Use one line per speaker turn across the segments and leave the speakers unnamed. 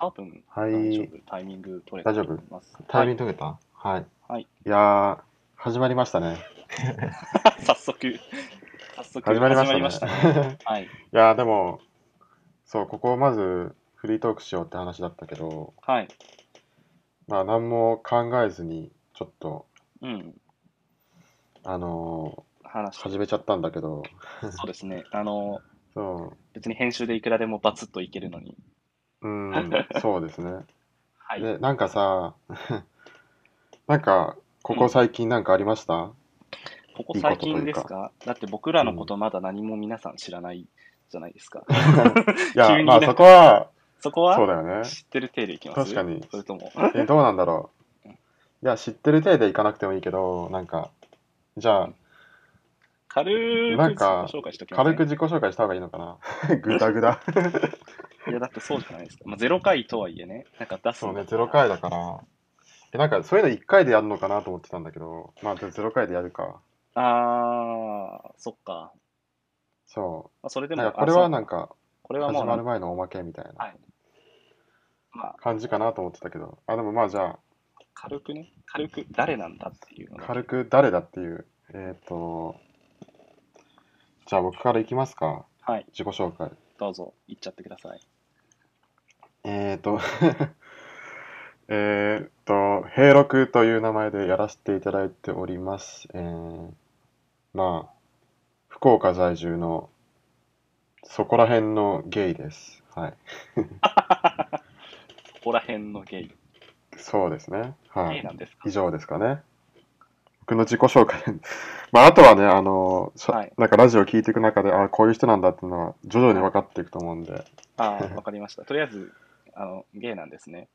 多分、
はい
大丈夫、タイミング取れたと思います。
タイミング取れたはい。
はい
いやー、始まりましたね。
はい、早速、早速
始まりましたね。
始まりまはい。
いやー、でも、そう、ここをまずフリートークしようって話だったけど、
はい。
まあ、何も考えずに、ちょっと、
うん。
あの
話
ー
し
始めちゃったんだけど、
そうですね。あの、
そ
別に編集でいくらでもバツッといけるのに。
う、うん、そうですね。
はい。
で、なんかさ、 なんか、ここ最近なんかありました、
ここ
いいこと
最
というか
近ですかだって僕らのことまだ何も皆さん知らないじゃないですか。
い や、
急に
ま
なんか
あそこは、
そこ
そう
は
だよね。
知ってる体でいきます
確かに。
それとも、
え、どうなんだろう。いや、知ってる体でいかなくてもいいけど、なんか、じゃあ、
軽く
な
自
ん
己
か
紹介しておきます、ね。
軽く自己紹介した方がいいのか なぐだぐだ。
いや、だってそうじゃないですか。まあ、0回とはいえね、なんか出す
そ
の
う
が
ね、0回だから。え、なんか、そういうの1回でやるのかなと思ってたんだけど、まあ、じゃあ0回でやるか。
あー、そっか。
そ
まあ、それ
う。
でも
なんか、これは
あ
な
そうん
か、
これはも
始
う
ま
な
る
んか、
前のおまけみたい
は
ない
まあ、
感じかなと思ってたけど、あ、でもまあ、じゃ
軽くね、軽く誰なんだっていうの
あ、
が
軽く誰だっていう、えっと、じゃあ僕からいきますか。
はい、
自己紹介。
どうぞ、言っちゃってください。
えーと、 えーと、平六という名前でやらせていただいております。えーまあ、福岡在住の、そこら辺のゲイです。はい。
ここら辺のゲイ、
そうですね。は
ゲイ
い。
なんですか
以上ですかね。僕の自己紹介。 まあ、あとはね、あの、しゃ
はい
なんかラジオ聞いていく中で、あこういう人なんだっていうのは、徐々に分かっていくと思うんで、
あー、わかりました。とりあえず、あの、ゲイなんですね。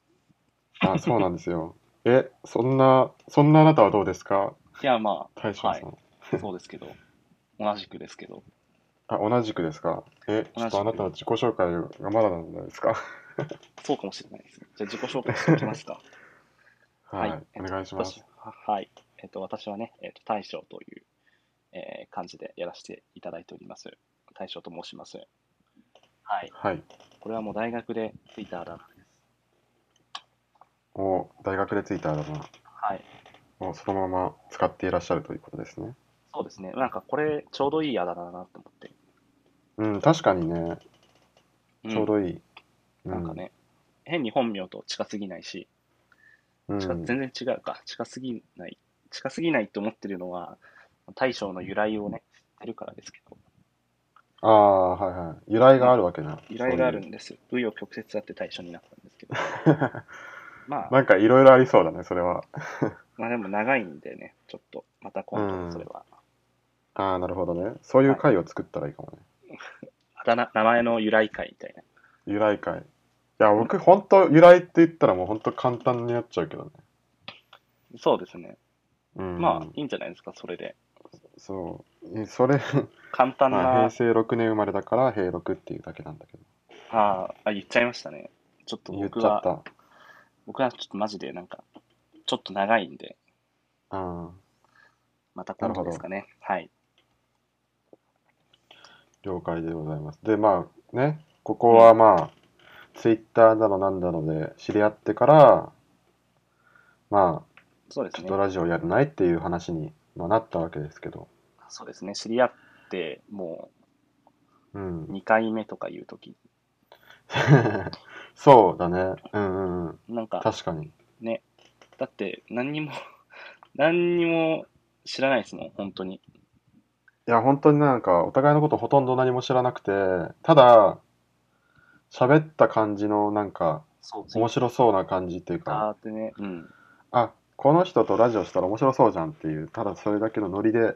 あそうなんで すよ。え、そんな、そんなあなたはどうですか
いや、ま
大将さん。
あ、そうですけど、同じくですけど。
あ、同じくですか。え、ちょっとあ
同じ
な
く
たの自己紹介がまだなんじゃないです か。
そうかもしれないですね。じゃあ、自己紹介しておきますか。
はい、
はい
お願いします。
私ははい。えっと、私はね、えっと、大将という、えー感じでやらせていただいております。大将と申します。はい。
はい。
これはもう大学でツイッターだな。
お、大学でついたあだ名
はい。
をそのまま使っていらっしゃるということですね。
そうですね。なんかこれ、ちょうどいいあだ名だなと思って。
うん、確かにね、
うん
ちょうどいい。う
なんかね、変に本名と近すぎないし、
うん、
近全然違うか。近すぎない。近すぎないと思ってるのは、大将の由来をね、知ってるからですけど、
ああ、はいはい。由来があるわけな。
由来がある
そ
んです。紆余曲折あって大将になったんですけど。
ういう
まあ、
なんかいろいろありそうだね、それは。
まあでも長いんでね、ちょっとまた今
う
度
ん
それは、
ああ、なるほどね。そういう会を作ったらいいかもね。
あだ名名前の由来会みたいな。
由来会。いや、僕、本当由来って言ったらもう本当簡単になっちゃうけどね。
そうですね。
うん、
まあいいんじゃないですか、それで。
そう。えそれ、
簡単な、
まあ、
あ
平成6年生まれだから平6っていうだけなんだけど
ああ、言っちゃいましたね。ちょっと
言っ
僕
ちゃっ
は、
た
僕はちょっとマジでなんか、ちょっと長いんで、
うん
また今
なる
度
ほど
ですかね。はい。
了解でございますでまあねここはまあツイッターだのなんだので知り合ってからま
そうで
あ
す
ちょっ
ね
と。ラジオやらないっていう話に、まあ、なったわけですけど
そうですね。知り合って、もう
う
ん2回目とかいうとき、
そうだねうんうんうん
なんか、
確かに
だって何にも、 何にも知らないですもん、本当に。
いや本当になんかお互いのことほとんど何も知らなくてただ喋った感じのなんか
そう、ツイ
面
ッ
白そうな感じっていう
タ
か
ーってね。うん。
あこの人とラジオしたら面白そうじゃんっていうただそれだけのノリで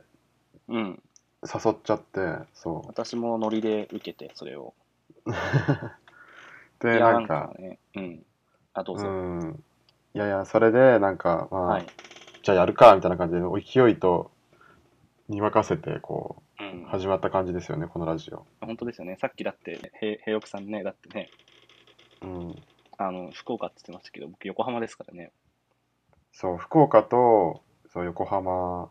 うん。
誘っちゃってそ
私もノリで受けて、それを。
うで
いや
なんか
ね、うん。あ、どう
う
ぞ。
んいやいやそれでなんかまあ、
はい。
じゃあやるかみたいな感じで勢いとに任せてこ
う。
うん始まった感じですよねこのラジオ、
本当ですよね。さっきだって、へ平岡さんね、だってね、
うん、
あの、福岡って言ってましたけど、僕、横浜ですからね。
そう福岡とそう横浜っ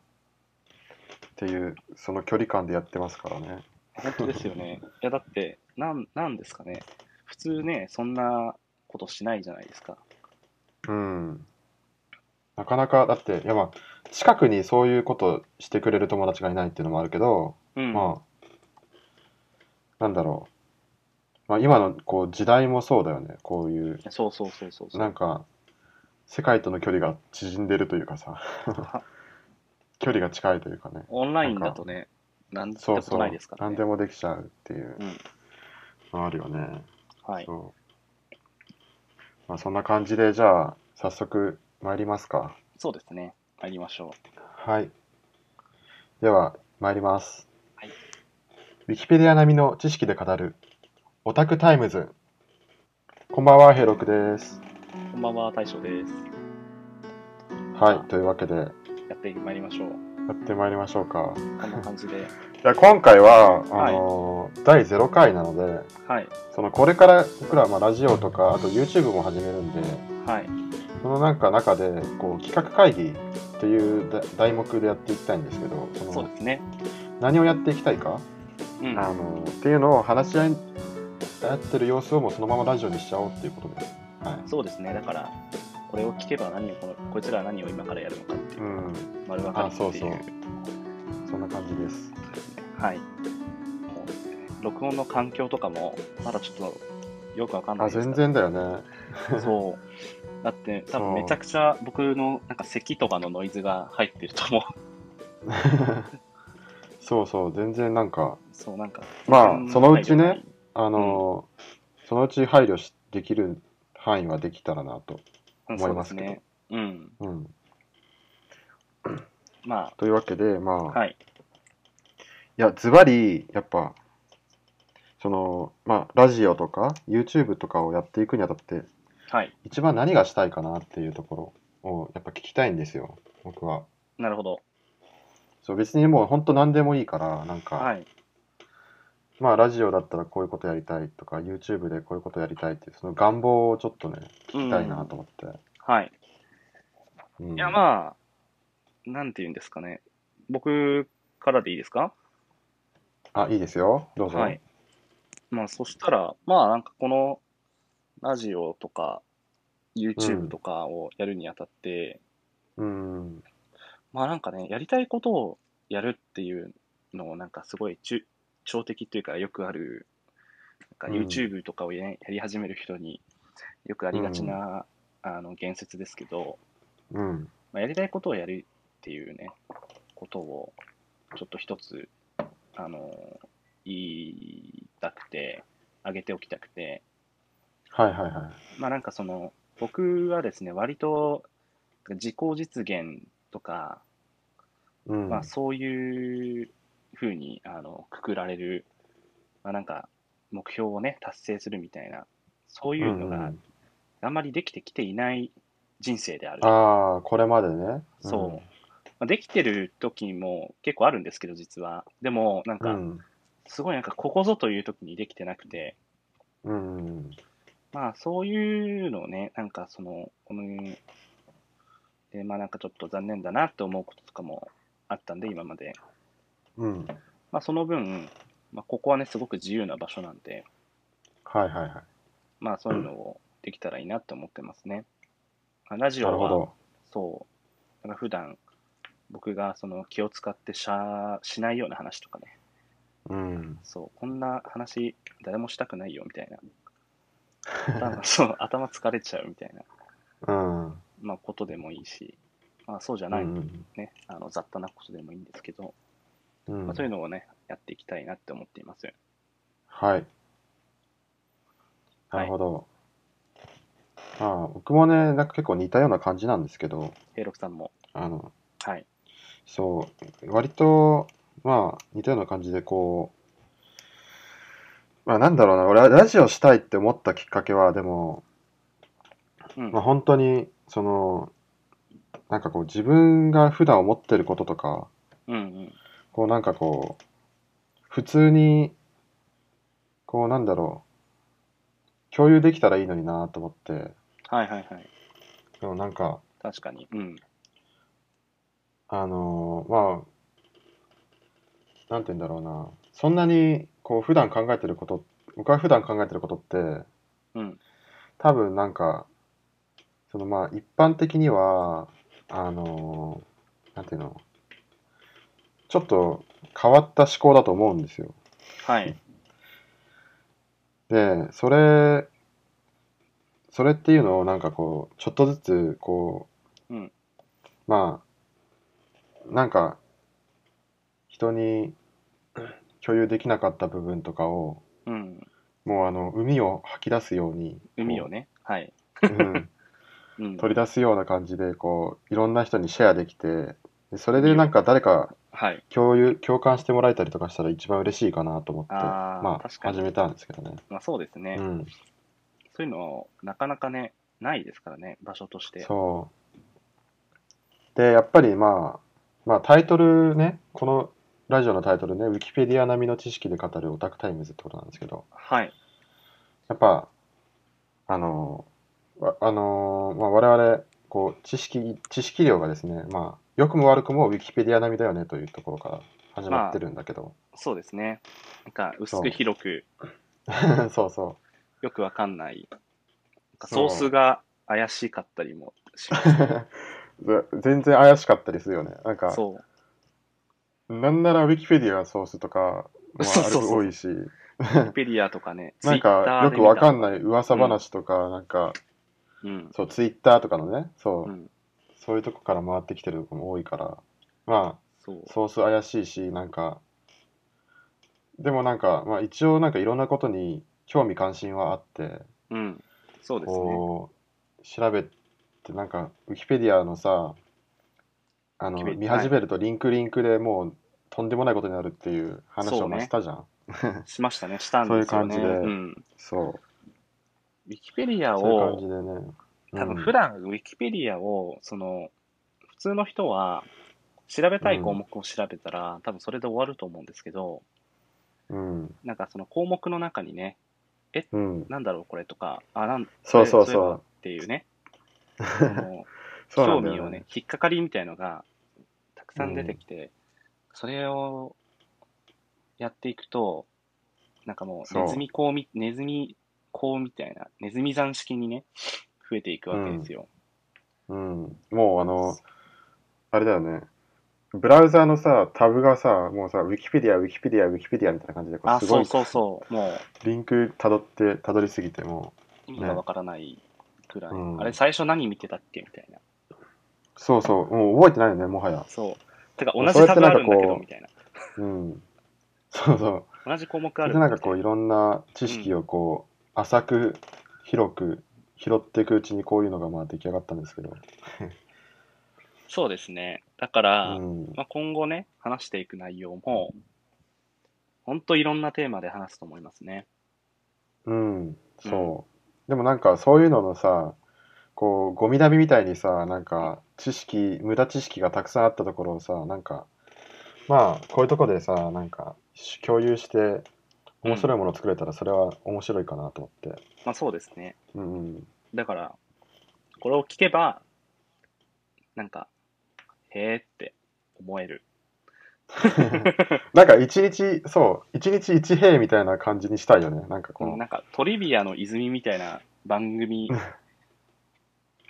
ていうその距離感でやってますからね
本当ですよね。いや、だって、なん、なんですかね。普通ね、そんなことしないじゃないですか。
うん。なかなか、だって、いやまあ、近くにそういうことしてくれる友達がいないっていうのもあるけど、
うん。
まあ、なんだろう。まあ、今のこう時代もそうだよね。こういう、
そうそうそうそうそう。
なんか、世界との距離が縮んでるというか さ、距離が近いというかね。
オンラインだとね、なんて
そ
こ
うそ
と
う。
ないですから
何
ね
で。もできちゃうっていう
うん
のあるよね。
はい。
そう。まあ、そんな感じで、じゃあ、早速参りますか。
そうですね。参りましょ
はい。では、参ります。
はい
ウィキペディア並みの知識で語る、オタクタイムズ。こんばんは、ヘイロクです。
う。こんばんは、大将です。
はい、というわけで、や
やってまいりましょう。
ってまいりましょうか。
こんな感じ で。
いや今回は、
はい
あのー第0回なので、
はい。
そのこれから僕らはまあラジオとか、あと YouTube も始めるんで、
はい。
そのなんか中でこう企画会議っていうだ題目でやっていきたいんですけど、その
そうですね。
何をやっていきたいか
うん。
あのっていうのを話し合い合ってる様子をもうそのままラジオにしちゃおうっていうことです。はい。
そうですね。だから、これを聞けば何をこの、こいつらは何を今からやるのかっていうう、
ん。
丸分かり
あ、
って
そうそ
いうう。。
そんな感じです。
はい。もう録音の環境とかも、まだちょっとよくわかんない
あ、
です
全
から
然だよね。
そう。だって、多
そう
分めちゃくちゃ僕のなんか咳とかのノイズが入ってると思う。
そうそう、全然なんか、
そう、なんか。
まあそのうちね
入るのに。
あのーそのうち配慮しできる範囲はできたらなと。
うん
思いますけど
そうですね。うん。
うん。
ま
というわけで、まあ、
あ、
い、
はい。
や、ズバリ、やっぱ、その、まあ、ラジオとか YouTube とかをやっていくにあたって、
はい。
一番何がしたいかなっていうところをやっぱ聞きたいんですよ僕は
なるほど。
そう別にもうほんと何でもいいからなんか、
はい。
まあラジオだったらこういうことやりたいとか YouTube でこういうことやりたいっていうその願望をちょっとね聞きたいなと思って、
はい。
うん
いや、まあ、なんて言うんですかね。僕からでいいですか
あいいですよどうぞ、
はい。まあ、そしたら、まあ、なんかこの、ラジオとか、YouTube とかをやるにあたって、
うん
まあなんかね、やりたいことをやるっていうのを、なんかすごい中、長的というか、よくある、なんか
うん
YouTube とかをや,、やり始める人によくありがちな、あの、言説ですけど、
うん
まあ、やりたいことをやるっていうね、ことを、ちょっと一つ、あの、言いたくて、あげておきたくて、
はいはいはい
まあなんかその、僕はですね、割と、自己実現とか、
うん、
まあそういうふうに、あの、くくられる、まあなんか、目標をね、達成するみたいな、そういうの
うんう
が
ん
あんまりできてきていない人生である。
ああこれまでね、ん
そうまあできてる時も結構あるんですけど、実は。でも、なん
う
か、
ん
すごいなんか、ここぞという時にできてなくて、
うん
まあ、そういうのをね、なんか、その、この、で、まあ、なんかちょっと残念だなって思うこととかもあったんで、今まで。
うん
まあ、その分、まあ、ここはね、すごく自由な場所なんで、
はいはいは
まあ、そういうのをできたらいいなって思ってますね。まあラ
い
ジ
なる
オ
ほ
は、
ど
そう、だから普段、僕がその気を使ってしゃしないような話とかね、
うん
そう、こんな話、誰もしたくないよ、みたいな。 頭そう頭疲れちゃうみたいな、
うん
まあ、ことでもいいし、まあ、そうじゃない、
うん
ねあの雑多なことでもいいんですけど、
うん
まあ、そういうのをね、やっていきたいなって思っています。
はい。なるほど。まあ、僕もね、なんか結構似たような感じなんですけど、
平六さんも。
あの、
はい。
そう、割と、まあ、似たような感じで、こう、まあ、なんだろうな、俺はラジオしたいって思ったきっかけは、でも、
うん
まあ、。本当に、その、なんかこう、自分が普段思ってることとか、
うんうん。
こうなんかこう、普通に、こうなんだろう、共有できたらいいのになと思って、
はいはいはい。
でもなんか、
確かに。うん。
あのーまあ、なんて言うんだろうな、そんなにこう普段考えてること、僕は普段考えてることって、
うん。
多分なんか、そのまあ一般的には、あのー、なんていうの、ちょっと変わった思考だと思うんですよ。
はい。
で、それ、それっていうのをなんかこう、ちょっとずつこう、
うん
まあ、なんか、人に共有できなかった部分とかを、
うん。
もうあの、海を吐き出すように、
海をね。はい。
こう、うん、
うん。
取り出すような感じで、こう、いろんな人にシェアできて、でそれでなんか誰か
はい。
共有、共感してもらえたりとかしたら一番嬉しいかなと思って、
あー
まあ、
確かに
始めたんですけどね。
まあそうですね。
うん。
そういうの、なかなかね、ないですからね、場所として。
そう。で、やっぱりまあ、まあタイトルね、このラジオのタイトルね、ウィキペディア並みの知識で語るオタクタイムズってことなんですけど、
はい。
やっぱ、あの、わあのまあ、我々、こう、知識、知識量がですね、まあ、良くも悪くもウィキペディア並みだよねというところから始まってるんだけど、
そうですね。なんか、薄
そう
く広く、
そうそ
よくわかんない。なんか
そ
ソ
う
ースが怪しかったりもします。
う。ぜ 全然怪しかったりするよね。なんか、
そう。
なんならウィキペディアソースとかも
そう
あ
そう
る
そう
多いし、
ウィキペディアとかね、ツイ
なん
ッター
かよくわかんない噂話とか、なんか
うん。
そうツイッターとかのねそう、
うん。
そういうとこから回ってきてるとこも多いからま
そう
あ。ソース怪しいしなんかでもなんか、まあ、一応なんかいろんなことに興味関心はあって
うん。そうですね。
こう調べてなんかウィキペディアのさあの
ウィキペ
見始めるとリンクリンクでもうとんでもないことになるっていう話
そ
を
うね
まあしたじゃん
しましたね。したんですよね。
そういう感じで
ん。
そう
ウィキペディア
そう,、
を、
いう感じでね
多分
うん
普段ウィキペディアを、その、普通の人は、調べたい項目を調べたら、多分それで終わると思うんですけど、
うん
なんかその項目の中にね、
うん、
なんだろうこれとか、あ、なん
そうそう
いえば
そう
っていう ね、その
そうな
興
んだよ
味をね、引っかかりみたいのがたくさん出てきて、それをやっていくと、なんかもう
そう
ネズミ講み、ネズミ講みたいな、ネズミ山式にね、増えていくわけですよ。
うん、もうあの、あれだよね。ブラウザーのさ、タブがさ、もうさ、ウィキペディア、ウィキペディア、ウィキペディアみたいな感じで、こ
あ、
すご
そ
いう
そうそう、もう
リンクたどって、たどりすぎて、も
意味がわからないくらい、
うん
あれ最初何見てたっけみたいな。
う、そうそう、もう覚えてないよね、もはや。
そう。てか同
それ
じ
って
タブあ
な
る
んか
んだけ
こ
ど、
う
みたいな。
うん。そうそう。
同じ項目あ
それ
る
でなん
だ
かこう、
み
いろんな知識をこう、浅く、広く、拾っていくうちにこういうのがまあ出来上がったんですけど。
たいなそうですね。だから、
うん。
まあ、今後ね、話していく内容も、本当いろんなテーマで話すと思いますね。
うん、そう。でもなんかそういうののさ、こう、ゴミ並みみたいにさ、なんか知識、無駄知識がたくさんあったところをさ、なんか、まあ、こういうとこでさ、なんか共有して面白いものを作れたらそれは面白いかなと思って。
まあそうですね。
うん うん。
だから、これを聞けば、なんか、へーって思える。
なんか一日、そう、一日一兵みたいな感じにしたいよね。なんかこの、
なんかトリビアの泉みたいな番 組、な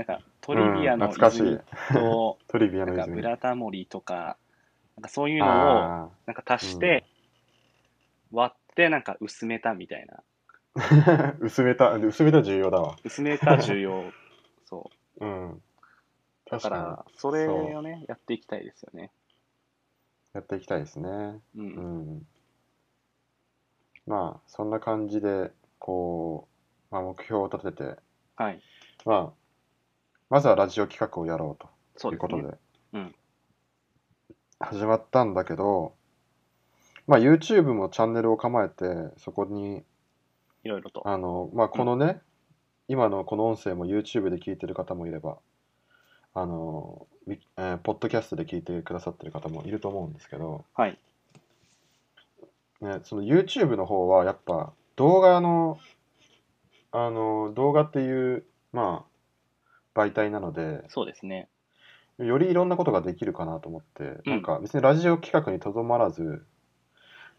んかトリビア
うん
の
懐かしい
泉と、
トリビ ア
な
の
んか
泉。
ブラタモリとか、なんかそういうのを
あ
なんか足して、割ってなんか薄めたみたいな。
あ、 薄めた、薄めた重要だわ。
薄めた重 要。そう。
うん。
だ
確
か、
から
それをね、やっていきたいですよね。
に、やっていきたいですね。
う。
うんんまあそんな感じでこう、まあ、目標を立てて、
はい。
まあ、まずはラジオ企画をやろう
そ
と
う
いう
です
こと
ね
で。
うん
始まったんだけど、まあ、YouTube もチャンネルを構えてそこに
いろいろと。
あの、まあ、このね、今のこの音声も YouTube で聞いてる方もいればあの、ウィえーポッドキャストで聞いてくださってる方もいると思うんですけど、
はい。
ね、その YouTube の方はやっぱ動画の、あの動画っていう、まあ、媒体なので
そうですね。
よりいろんなことができるかなと思って、
うん
なんか別にラジオ企画にとどまらず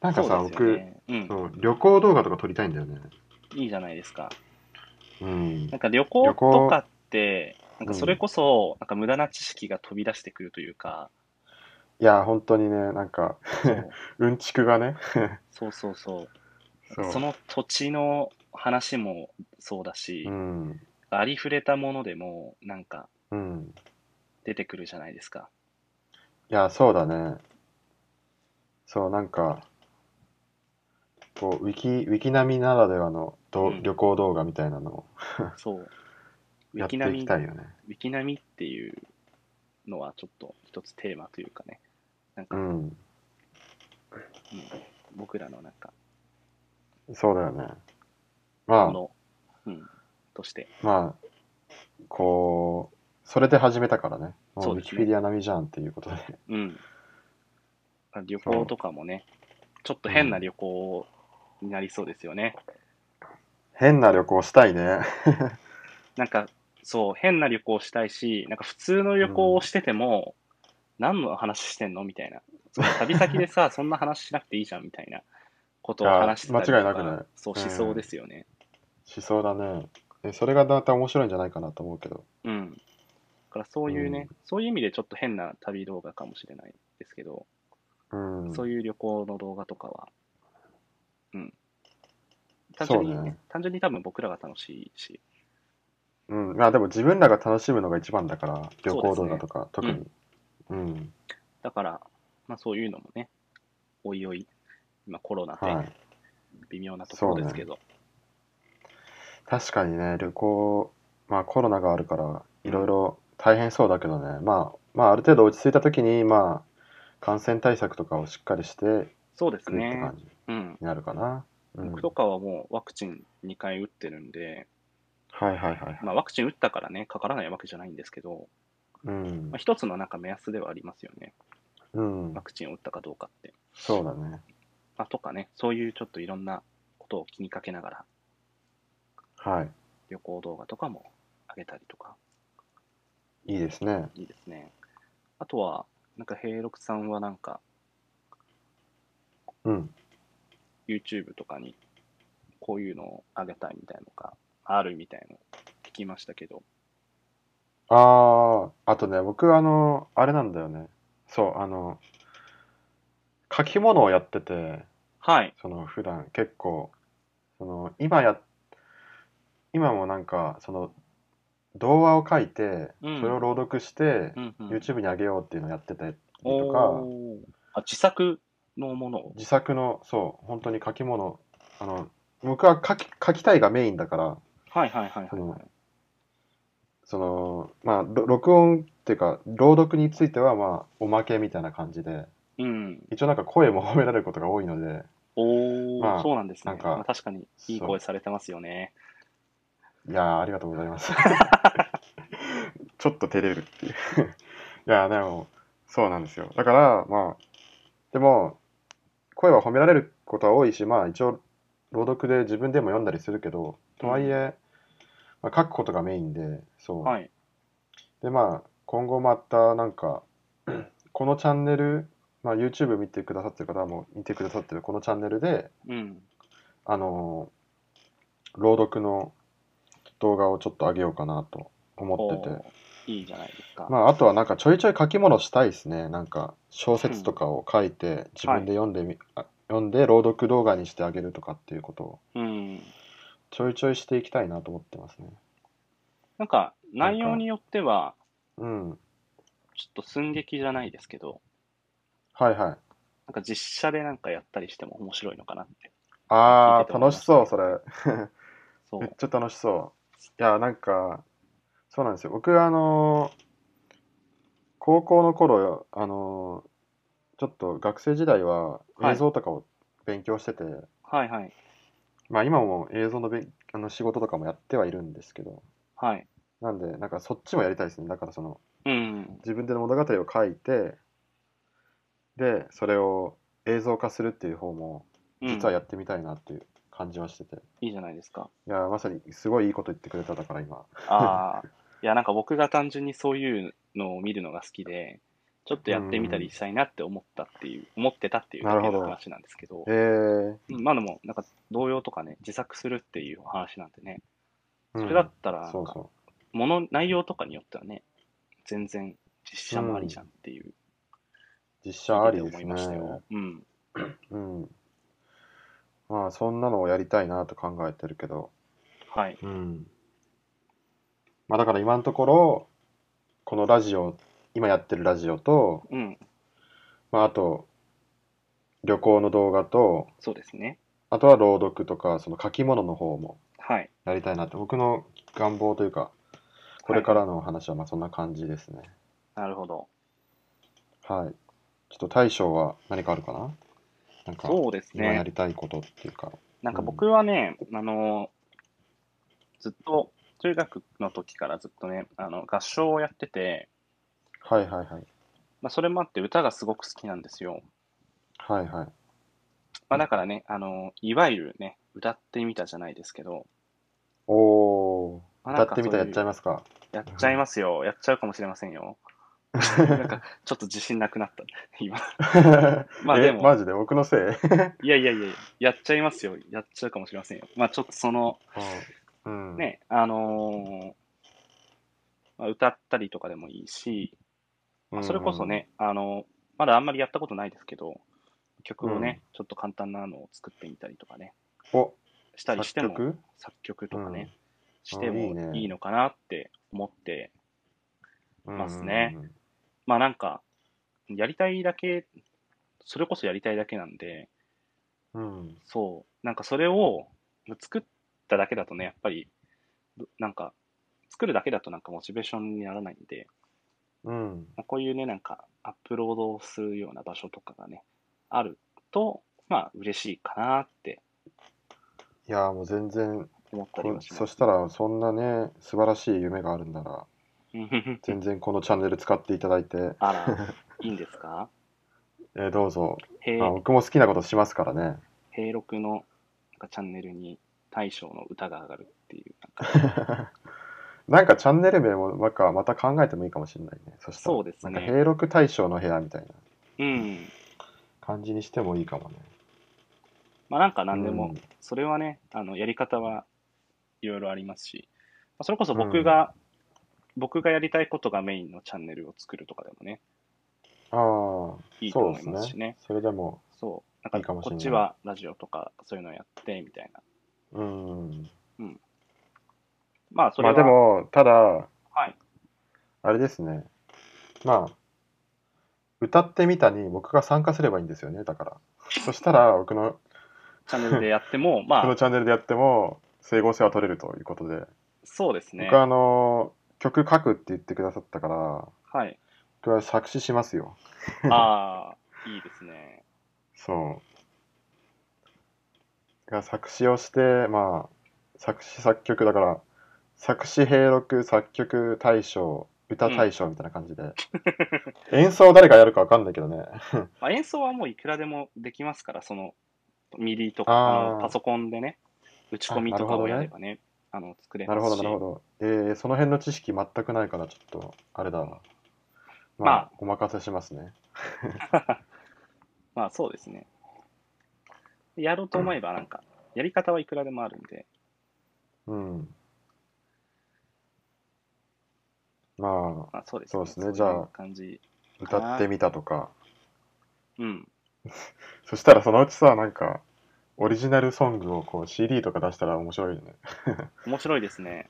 なんかさ、
そうですよ
僕
ね、うん。
そう旅行動画とか撮りたいんだよね
いいじゃないですか。
うん
なんか旅行とかって、なんかそれこそ、なんか無駄な知識が飛び出してくるというか、
いや本当にねなんか
そう
うんちくがね
そうそうそう。
そう
その土地の話もそうだし、
うん
ありふれたものでもなんか
うん
出てくるじゃないですか。
いやそうだねそうなんかこうウィキウィキ並みならではのど、
うん
旅行動画みたいなのを
そう。ウ
や
ィ
っ
キ
てい
ナミ、
き
ウ
たいよね
ィキナミっていうのはちょっと一つテーマというかね、なん
う
か、うん
ん
僕らのなんか、
そうだよねま
も
あ
の、うん、として、
まあこうそれで始めたからねも
そうう
ウィ
です
キ
ね
ペディア並みじゃんっていうことで
うん。旅行とかもね、ちょっと変な旅行になりそうですよね。
変な旅行したいね
なんか、そう、変な旅行したいし、なんか普通の旅行をしてても、何の話してんのみたいな。その旅先で さ、そんな話しなくていいじゃんみたいなことを
いや
話してたりとか
間違いなくない
そう、
うん
しそうですよね。
しそうだねえそれがだんだん面白いんじゃないかなと思うけど
うん。だからそういうね、
う
そういう意味でちょっと変な旅動画かもしれないですけど、
うん
そういう旅行の動画とかは、うん。単純にね、
そうね
単純に多分僕らが楽しいし、
うん、まあでも自分らが楽しむのが一番だから、旅行動画とか、
そう
特
です
に。うん、
だから、まあそういうのもね、おいおい、今コロナで、
はい。
微妙なところですけど、
確かにね、旅行、まあコロナがあるから、いろいろ大変そうだけどね、まあ、まあある程度落ち着いた時に、まあ、感染対策とかをしっかりして
そうです
くるって
ね
感、じに
うん、
なるかな。うん、
僕とかはもうワクチン2回打ってるんで、
はいはいはい。
まあ、ワクチン打ったからね、かからないわけじゃないんですけど、
うん
まあ、、一つのなんか目安ではありますよね、
うん
ワ、クチンを打ったかどうかって。
そうだね。
まあ、とかね、そういうちょっといろんなことを気にかけながら、
は
旅行動画とかも上げたりとか、
い。いいですね。
いいですね。あとは、なんか平六さんはなんか、
うん。
YouTube とかに、こういうのを上げたいみたいのがあるみたいの聞きましたけど、
ああ、あとね、僕、あの、あれなんだよね。そう、あの、書き物をやってて、
はい、
その普段結構その今や今もなんかその童話を書いてそ
うん
れを朗読して
うんうん
YouTube に上げようっていうのをやってたりとか
おーあ自作のものを。
自作のそう本当に書き物あの僕は書き書きたいがメインだから
はいはいはいはい、
そ
はい
の。そのまあろ録音っていうか朗読についてはまあおまけみたいな感じで
うん。
一応なんか声も褒められることが多いので
おお、
まあ
そうなんですね。
なんか
まあ、確かにいい声されてますよね。
いやー、ありがとうございます。 ちょっと照れるっていう。い やー、でも、そうなんですよ。だから、まあ、でも、声は褒められることは多いし、まあ、一応、朗読で自分でも読んだりするけど、とはいえ、まあ、書くことがメインで、そう。
はい。
で、まあ、今後また、なんか、このチャンネル、まあ、YouTube 見てくださってる方も見てくださってるこのチャンネルで、
うん。
あのー朗読の動画をちょっと上げようかなと思って
お
て
ー。いいじゃないですか。
まあ、あとはなんかちょいちょい書き物したいですね。なんか小説とかを書いて自分で読んでみ、あ読んで朗読動画にしてあげるとかっていうことを
うん。
ちょいちょいしていきたいなと思ってますね。
なんか内容によっては、
うん。
ちょっと寸劇じゃないですけど、
はいはい。
なんか実写でなんかやったりしても面白いのかなって。聞い
あ
てて思
あ、
いま
楽
し
したそう、それ。
そ
めっ
う。
ちゃ楽しそう。いや、なんか、そうなんですよ。僕、あのー高校の頃、あのーちょっと学生時代は
はい
映像とかを勉強してて、
はいはい。
まあ今も映像のべんあの仕事とかもやってはいるんですけど、
はい。
なんで、なんかそっちもやりたいですね。だからその、
うん。
自分で物語を書いて、で、それを映像化するっていう方も、
うん
実はやってみたいなっていう感じはしてて。
いいじゃないですか。
いや、まさにすごいいいこと言ってくれただから今。
ああ、 いや、なんか僕が単純にそういうのを見るのが好きで、ちょっとやってみたりしたいなって思ったっていう、思ってたっていうだ
な
け
るほ
の
ど
話なんですけど
え、ー、
うんまあでも、なんか同様とかね、自作するっていうお話なんでね、それだ
うん
ったらなんか、
そうそ
もの内容とかによってはね、全然実写もありじゃんっていう、
う。実写ありで
思
す
いました
ね。
よ。うん。
うん。まあ、そんなのをやりたいなと考えてるけど。
はい。
うん。まあ、だから今のところ、このラジオ、今やってるラジオと、
うん。
まあ、あと、旅行の動画と、
そうですね。
あとは朗読とか、その書き物の方も
はい。
やりたいなって、僕の願望というか、これからのお話はまあそんな感じですね。
なるほど。
はい。ちょっと大将は何かあるかななんか、
そうです
今や
ね。
りたいことっていうか。
なんか僕はね、あの、ずっと、中学の時からずっとね、あの合唱をやってて、
はいはいはい。
まあ、それもあって歌がすごく好きなんですよ。
はいはい。
まあ、だからね、あの、いわゆるね、歌ってみたじゃないですけど、
おー。
まあ
歌ってみたらやっちゃい
い
ますか。
やっちゃいますよ。やっちゃうかもしれません よ。なんか、ちょっと自信なくなった、今。 まあ
え
でも
マジで僕のせい
いやいやいや、やっちゃいますよ。やっちゃうかもしれませんよ。まあちょっとその、
うん。
ね、あのーまあ、歌ったりとかでもいいし、
うん
それこそ。ね、あのまだあんまりやったことないですけど、曲をね、ちょっと簡単なのを作ってみたりとかね、
お、
したり
作
しても、作曲
曲
とかね、
うん
して
あいいね
もいいのかなって思って、ますね。
うんうんうん
まあなんか、やりたいだけ、それこそやりたいだけなんで、
うん。
そう、なんかそれを作っただけだとね、やっぱり、どなんか、作るだけだとなんかモチベーションにならないんで、
うん。
まあ、こういうね、なんかアップロードをするような場所とかがね、あると、まあ嬉しいかなって
いやーもう全然、
思ったり
こ
はしま
そ
す。
したらそんなね、素晴らしい夢があるんなら、全然このチャンネル使っていただいて、
あら、いいんですか
えーどうぞ。
平
まあ、僕も好きなことしますからね。
平六のなんかチャンネルに大将の歌が上がるっていう、なんか
なんかチャンネル名もなんかまた考えてもいいかもしれないね。そしたら
そうですね
なんか平六大将の部屋みたいな
うん。
感じにしてもいいかもね。
まあなんか何でも
うん、
それはね、あのやり方はいろいろありますし、まあそれこそ僕が、僕がやりたいことがメインのチャンネルを作るとかでもね、
ああ、
いいと
そう
思
で
い
す
ますし
ね
ね。。
それでも、
そう。ないん
い
か
かもし
こ
れない
っちはラジオとかそういうのやってみたいな。
うん。
まあそれ
ま
は、
あでも、ただ、
はい。
あれですね。まあ、歌ってみたに僕が参加すればいいんですよね、だから。そしたら、僕の、
チャンネルでやって も、
こ
ま
の
あ
チャンネルでやっても、整合性は取れるということで。
そうですね
僕。はあの、曲書くって言ってくださったから、
はい。
僕は作詞しますよ。
ああ、いいですね。
そう。が作詞をして、まあ、作詞作曲だから、作詞平録作曲大賞歌大賞みたいな感じで、演奏誰がやるかわかんないけどね。
まあ、演奏はもういくらでもできますから、そのミディと
あ
か
ー
あのパソコンでね、打ち込みとかをやればね、あの作れま
な
す
る
し。
ほどなるほど。えー、その辺の知識全くないからちょっとあれだわ。まあ、
まあ
お任せしますね。
まあそうですね。やろうと思えばなんか、やり方はいくらでもあるんで、
うん。まあ、
まあそうです
そうですね
いう
じゃあ
感じ。
歌ってみたとか。
うん。
そしたらそのうちさ、なんか、オリジナルソングをこう CD とか出したら面白い よね。
面白いですね。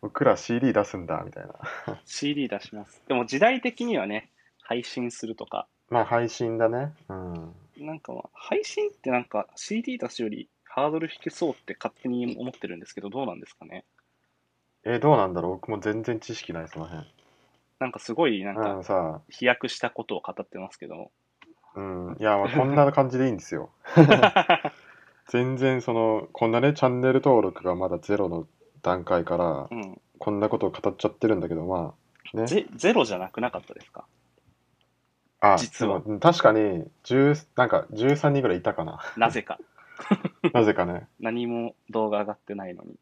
僕ら CD 出すんだ、みたいな。
CD 出します。でも時代的にはね、配信するとか、
まあ配信だね。うん。
なんかまあ配信ってなんか CD 出すよりハードル低そうって勝手に思ってるんですけど、どうなんですかね。
えーどうなんだろう僕も全然知識ない、その辺。
なんかすごいなん
あ
か
のさ、
飛躍したことを語ってますけど、
うん。いや、まあこんな感じでいいんで すよ。全然その、こんなね、チャンネル登録がまだゼロの段階から
う、ん、
こんなことを語っちゃってるんだけど、まあ、ね。
ゼゼロじゃなくなかったですか
あ、
実は
でもうん確かに、10、なんか13人ぐらいいた かな。
なぜか。
なぜかね。
何も動画上がってないのに。
い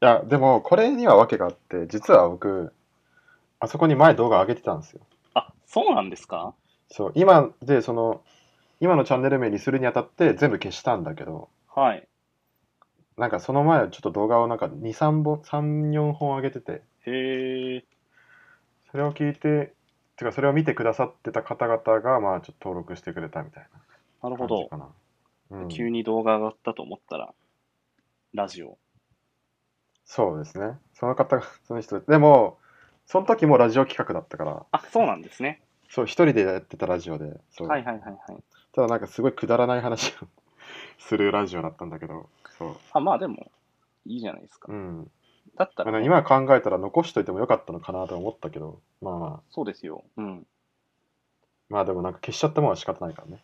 や、でも、これには訳があって、実は僕、あそこに前動画上げてたんですよ。
あ、そうなんですか
そう、今で、その、今のチャンネル名にするにあたって全部消したんだけど、
はい。
なんかその前はちょっと動画をなんか2、3本、3、4本上げてて、
へえ。
それを聞いて、てかそれを見てくださってた方々が、まあちょっと登録してくれたみたい
なるほ
な感
ど
じ。かな。うん、
急に動画上がったと思ったら、ラジオ。
そうですね。その方が、その人、でも、その時もラジオ企画だったから、
あ、そうなんですね。
そう、一人でやってたラジオで、そう
はいはいはいはい。
ただなんかすごいくだらない話をするラジオだったんだけど、そう。
あ、まあでも、いいじゃないですか
う。ん。
だった
まあ
ら、
ね今考えたら残しといてもよかったのかなと思ったけど、まあまあ、
そうですよ。うん。
まあでもなんか消しちゃったものは仕方ないからね。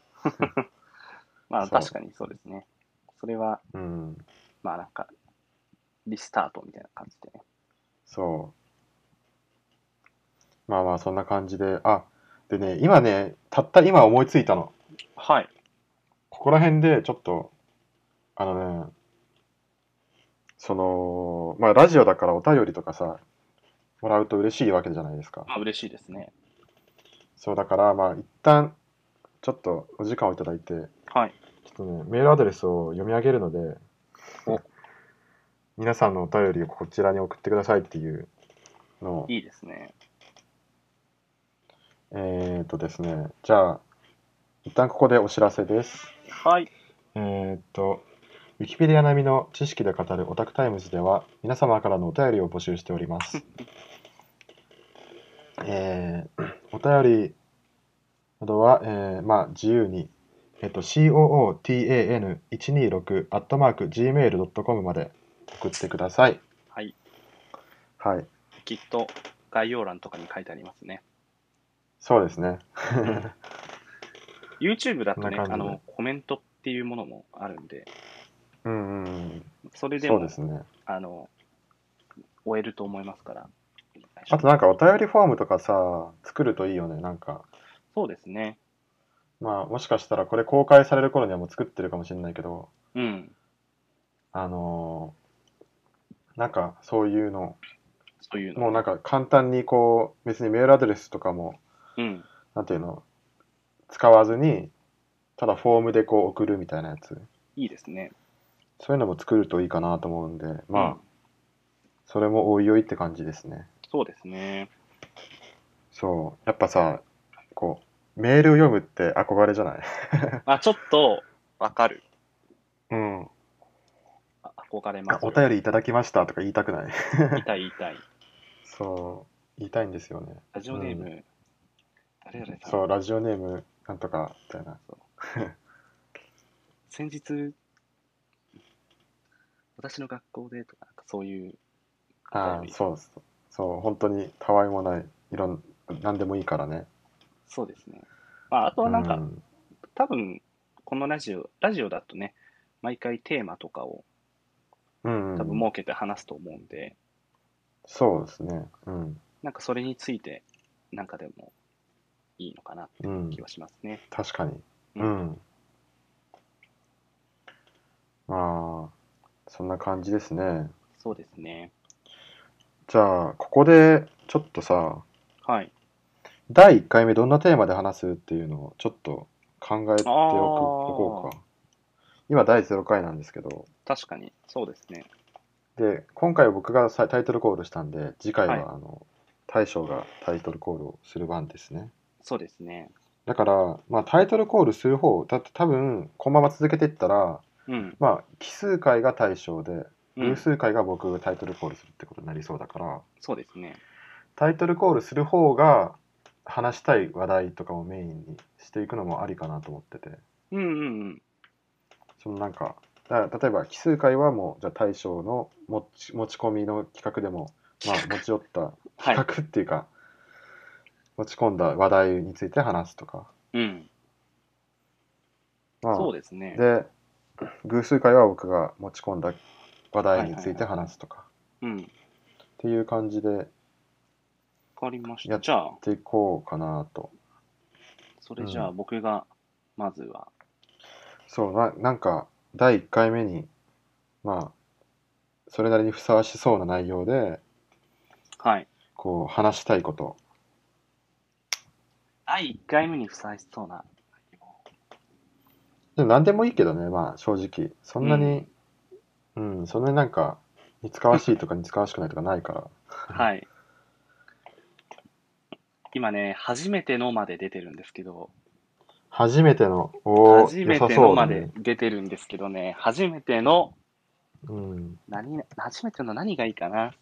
まあ
そう
確かにそうですね。それは、
うん。
まあなんか、リスタートみたいな感じでね。
そう。まあまあ、そんな感じで。あ、でね、今ね、たった今思いついたの。
はい。
ここら辺で、ちょっと、あのね、その、まあ、ラジオだからお便りとかさ、もらうと嬉しいわけじゃないですか。
まあ嬉しいですね。
そう、だから、まあ、一旦、ちょっとお時間をいただいて、
はい。
ちょっとね、メールアドレスを読み上げるので
お、
皆さんのお便りをこちらに送ってくださいっていうのを
いいですね。
えー、とですね、じゃあ、一旦ここでお知らせです。
はい。
えー、と、ウィキペディア並みの知識で語るオタクタイムズでは、皆様からのお便りを募集してお ります。えー、お便りなどは、えーまあ、自由に、えっと、cootan126-gmail.com まで送ってください。
はい。
はい、
きっと、概要欄とかに書いてあります ね。
そうですね。
YouTube だとね、
こんな感じ
あ
で
の、コメントっていうものもあるんで、
うんうん
そ
うん、
れで
そう
も、
ですね。
あの、終えると思いますから。
あとなんかお便りフォームとかさ、作るといいよね。なんか、
そうですね。
まあもしかしたらこれ公開される頃にはもう作ってるかもしれないけど、
うん。
あのーなんかそういうの、
そういうの。
もうなんか簡単にこう、別にメールアドレスとかも、
うん。
なんていうの、使わずに、ただフォームでこう送るみたいなやつ、
いいですね。
そういうのも作るといいかなと思うんで、
う
まあ
ん、
それもおいおいって感じですね。
そうですね。
そう。やっぱさ、こう、メールを読むって憧れじゃない
あ、ちょっと、わかる。
うん。
あ憧れま
あ
す。
お便りいただきましたとか言いたくない
言いたい、言いたい。
そう言いたいんですよね
ラジオネーム、
う
あれあれさ
そ
ん、
うラジオネームなんとかみたいな
先日、私の学校でとか、なんかそういう、お便
ああ
り
そうそうそう本当にたわいもないいろんなんでもいいからね
そうですね。まあ、あとはなんか、
うん
多分、このラジオ、ラジオだとね、毎回テーマとかを
うんうん
多分設けて話すと思うんで、
そうですねうん
なんかそれについて、なんかでもいいのかなって
うん
気はしますね。
確かに
う
うんん、まあそんな感じですね
そうですね。
じゃあここでちょっとさ
はい。
第1回目どんなテーマで話すっていうのをちょっと考えておく
あー
おこうか今第0回なんですけど
確かに、そうですね。
で今回僕がさタイトルコールしたんで次回は、
はい
あの大将がタイトルコールをする番ですね
そうですね。
だから、まあ、タイトルコールする方だって多分このまま続けていったら
うん。
まあ奇数回が大将で
う
偶
ん、
数回が僕がタイトルコールするってことになりそうだから、
そうですね。
タイトルコールする方が話したい話題とかをメインにしていくのもありかなと思ってて
うんうんうん。
そのなんかだ例えば奇数回はもうじゃあ大将の持ち持ち込みの企画でも、まあ、持ち寄った
はい。
企画っていうか、持ち込んだ話題について話すとか、
うん。
まあ
そうですね。
で偶数回は僕が持ち込んだ話題について話すとか
うん。わ
っていう感じでやっ
かりまし
や
た。
っ
じゃあ、
ていこうかなと
それじゃあ
う
僕が、まずは、
そうななんか第1回目にまあそれなりにふさわしそうな内容で
はい。
こう話したいこと
第1回目にふさわしそうな。
でも何でもいいけどねまあ正直そんなに、うんうん、そんなになんか、似つかわしいとか似つかわしくないとかないから。
はい。今ね、初めてのまで出てるんですけど、
初めての、お
初
ー、
め
良さ
て
そ
の
うだ
まで
ね。
出てるんですけどね、初めての、
うん。
何、初めての何がいいかな。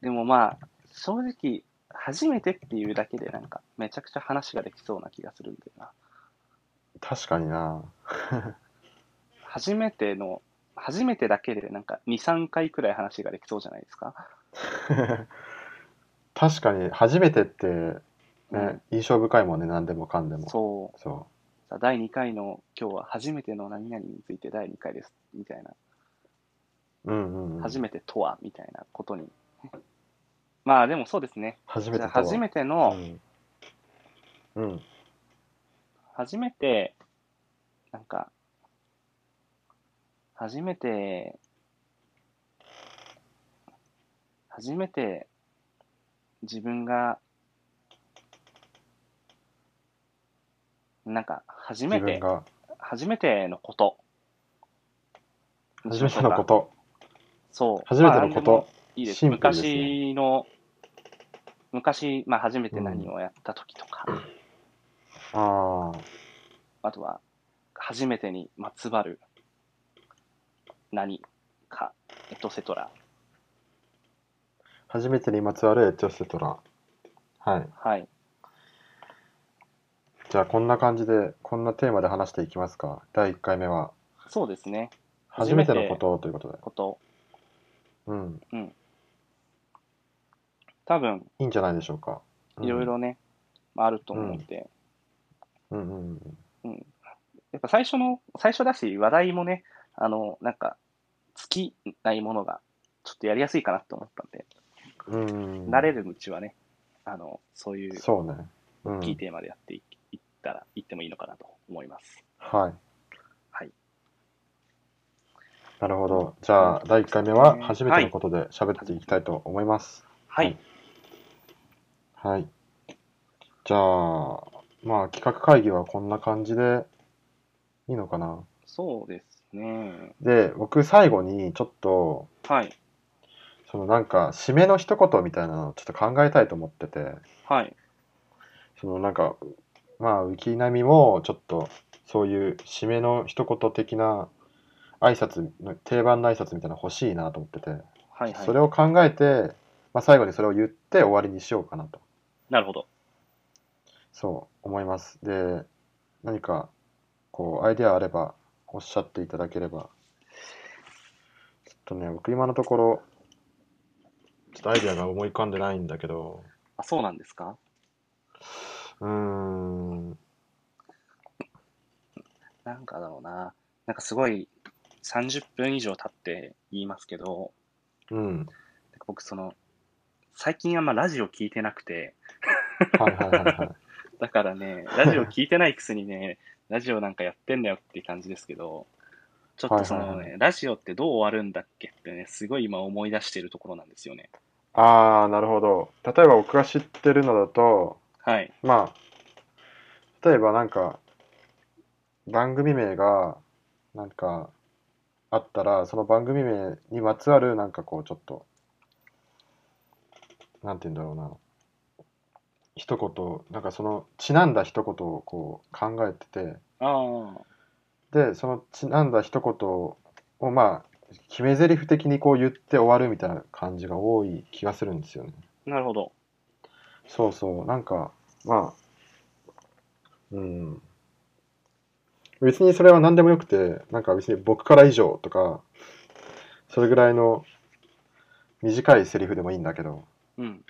でもまあ、正直、初めてっていうだけでなんか、めちゃくちゃ話ができそうな気がするんだよな。
確かにな。
初めての、初めてだけでなんか2、3回くらい話ができそうじゃないですか。
確かに、初めてって、
う
ね
ん、
印象深いもんね、何でもかんでも。
そう。
そ
さあ第2回の今日は初めての何々について第2回ですみたいな、
う。うんうんうん。
初めてとはみたいなことに。まあでもそうですね。
初め
じ
て
ゃあ
とは
初めての、
うん。うん。
初めて、なんか、初めて、初めて自分が、なんか、初
自
め
分
て、
が、
初めてのこと。にし
初
ま
め
しょ
て
うか
のこと。
そう。
初めてのこ
まあ
と。。
何でもいいです。
シンプルですね
昔の、昔、まあ、初めて何をやった時とか、
ああ。
あとは、初めてにまつわる何か、エトセトラ。
初めてにまつわるエチオセトラ。はい。
はい。
じゃあ、こんな感じで、こんなテーマで話していきますか。第1回目は、
そうですね。初
初
め
め
て
てのことということで。
こと。
うん。
多分、
いいんじゃないでしょうか。うん
いろい。ろね、まああると思うんで、
うんうんうん。
うん。やっぱ最初の、最初だし、話題もね、あの、なんか、尽きないものが、ちょっとやりやすいかなと思ったんで、
うんうんうん
慣れるうちはね、あの、そういう
そうね。う
大きい
ん。
テーマでやっていいったら、いってもいいのかなと思います。
はい。
はい。
なるほど。じゃあ、第1回目は
はい
初めてのことで喋っていきたいと思います。
はい。
はいはい。じゃあ、まあ、企画会議はこんな感じでいいのかな。
そうですね。
で、僕、最後にちょっと、
はい。
そのなんか、締めの一言みたいなのをちょっと考えたいと思ってて、
はい。
そのなんか、まあ、浮波もちょっと、そういう締めの一言的な挨拶の、定番の挨拶みたいなの欲しいなと思ってて、
はいはい。
それを考えて、まあ、最後にそれを言って終わりにしようかなと。
なるほど。
そう思います。で、何かこうアイデアあればおっしゃっていただければ。ちょっとね、僕今のところ、ちょっとアイデアが思い浮かんでないんだけど、
あ、そうなんですか
うーん、
なんかだろうな。なんかすごい30分以上経って言いますけど、
うん、
なんか僕その、最近あんまラジオ聞いてなくて、
はいはいはいはい。
だからね、ラジオ聞いてないくせにね、 ラジオなんかやってんだよって感じですけど、ちょっとそのね、
はいはい
ラジオってどう終わるんだっけってね、すごい今思い出してるところなんですよね。
ああ、なるほど。例えば僕が知ってるのだと、
はい。
まあ、例えばなんか、番組名が、なんか、あったら、その番組名にまつわる、なんかこう、ちょっと、なんて言うんだろうな、一言、なんかその、ちなんだ一言をこう、考えてて、
ああ、
で、その、ちなんだ一言を、まあ、決め台詞的にこう言って終わるみたいな感じが多い気がするんですよね。
なるほど。
そうそう、なんか、まあ、うん。別にそれは何でもよくて、なんか別に僕から以上とか、それぐらいの短いセリフでもいいんだけど、
うん。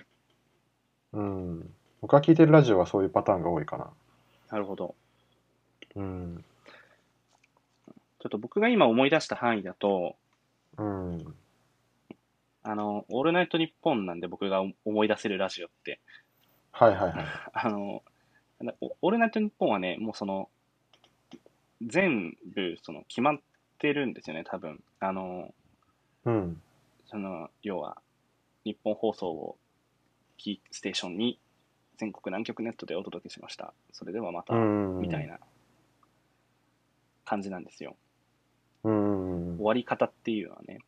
うん。僕が聞いてるラジオはそういうパターンが多いかな。
なるほど。
うん。
ちょっと僕が今思い出した範囲だと、
うん。
あの、オールナイトニッポンなんで僕が思い出せるラジオって、
はいはいはい。
あの、なおオールナイトニッポンはね、もうその、全部、その、決まってるんですよね、多分。あの、
うん。
その、要は、日本放送をキーステーションに、全国南極ネットでお届けしました。それではまた、
うん。
みたい。な感じなんですよ。
うん
終。わり方っていうのはね。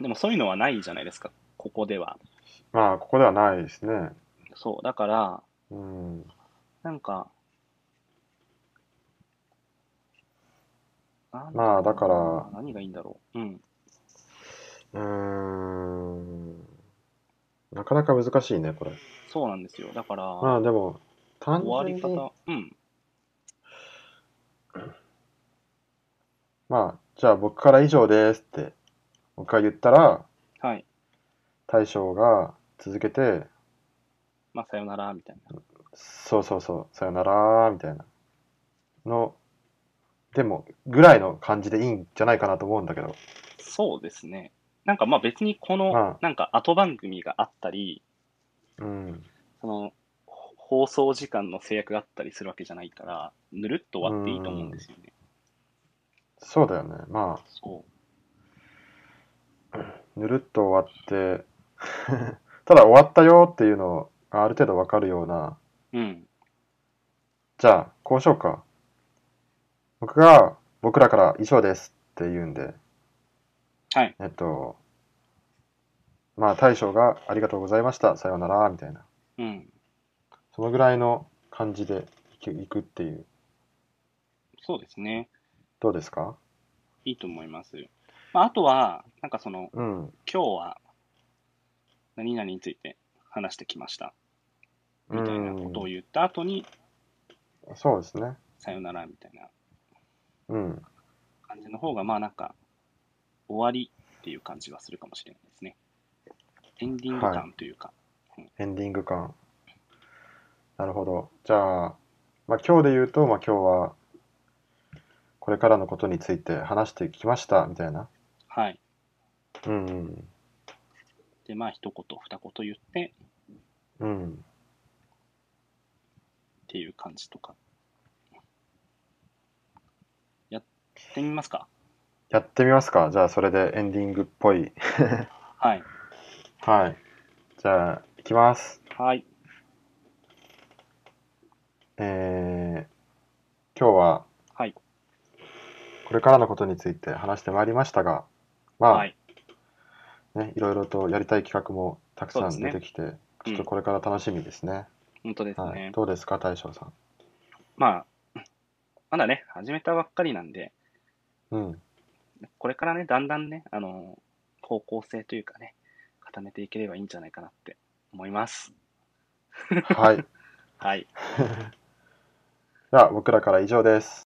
でもそういうのはないじゃないですか、ここでは。
まあ、ここではないですね。
そう、だから、
うん。
なんか、なんだろう
まあだから
何がいいんだろう。うん。
うーん。なかなか難しいね、これ。
そうなんですよ。だから、
まあ、でも、単
終わり
純に、
方。うん。
まあ、じゃあ僕から以上ですって、僕が言ったら、
はい。
大将が続けて、
まあ、さよなら、みたいな。
そうそうそう、さよなら、みたいな。の、でも、ぐらいの感じでいいんじゃないかなと思うんだけど。
そうですね。なんかまあ別にこ
うん
の、なんか後番組があったり、
うん。
その、ほ放送時間の制約があったりするわけじゃないから、ぬるっと終わっていいと思うんですよね。
そうだよね。まあ、
そ
ぬるっと終わって、 ただ終わったよっていうのがある程度わかるような、
う。うん。
じゃあ、こうしようか。僕が、僕らから以上ですって言うんで、
はい。
えっと、まあ、大将がありがとうございました。さようなら、みたいな。
うん。
そのぐらいの感じでいくいくっていう。
そうですね。
どうですか
いいと思います。まあ、あとは、なんかその、
うん。
今日は何々について話してきましたみたいなことを言った後に
うんそうですね。
さよならみたいな
うん。
感じの方がまあなんか終わりっていう感じはするかもしれないですねエンディング感というか、
エンディング感。なるほど。じゃあ、まあ、今日で言うと、まあ、今日は、これからのことについて話してきました、みたいな。
はい、
うんうん。
でまあ一言二言言って
うん。
っていう感じとかやってみますか
やってみますかじゃあそれでエンディングっぽい。
はい
はい。じゃあ、いきます。
はい
えー、今日は
はい
これからのことについて話してまいりましたが、まあ、
はい
ね、いろいろとやりたい企画もたくさ
そうんですね
出てきて、ち
う
ょっ
ん
とこれから楽しみですね。
本当ですね、
はい。どうですか、大将さん。
まあまだね始めたばっかりなんで
うん。
これからね、だんだんね、あの方向性というかね、固めていければいいんじゃないかなって思います。
はい。
はい。
じゃあ、僕らから以上です。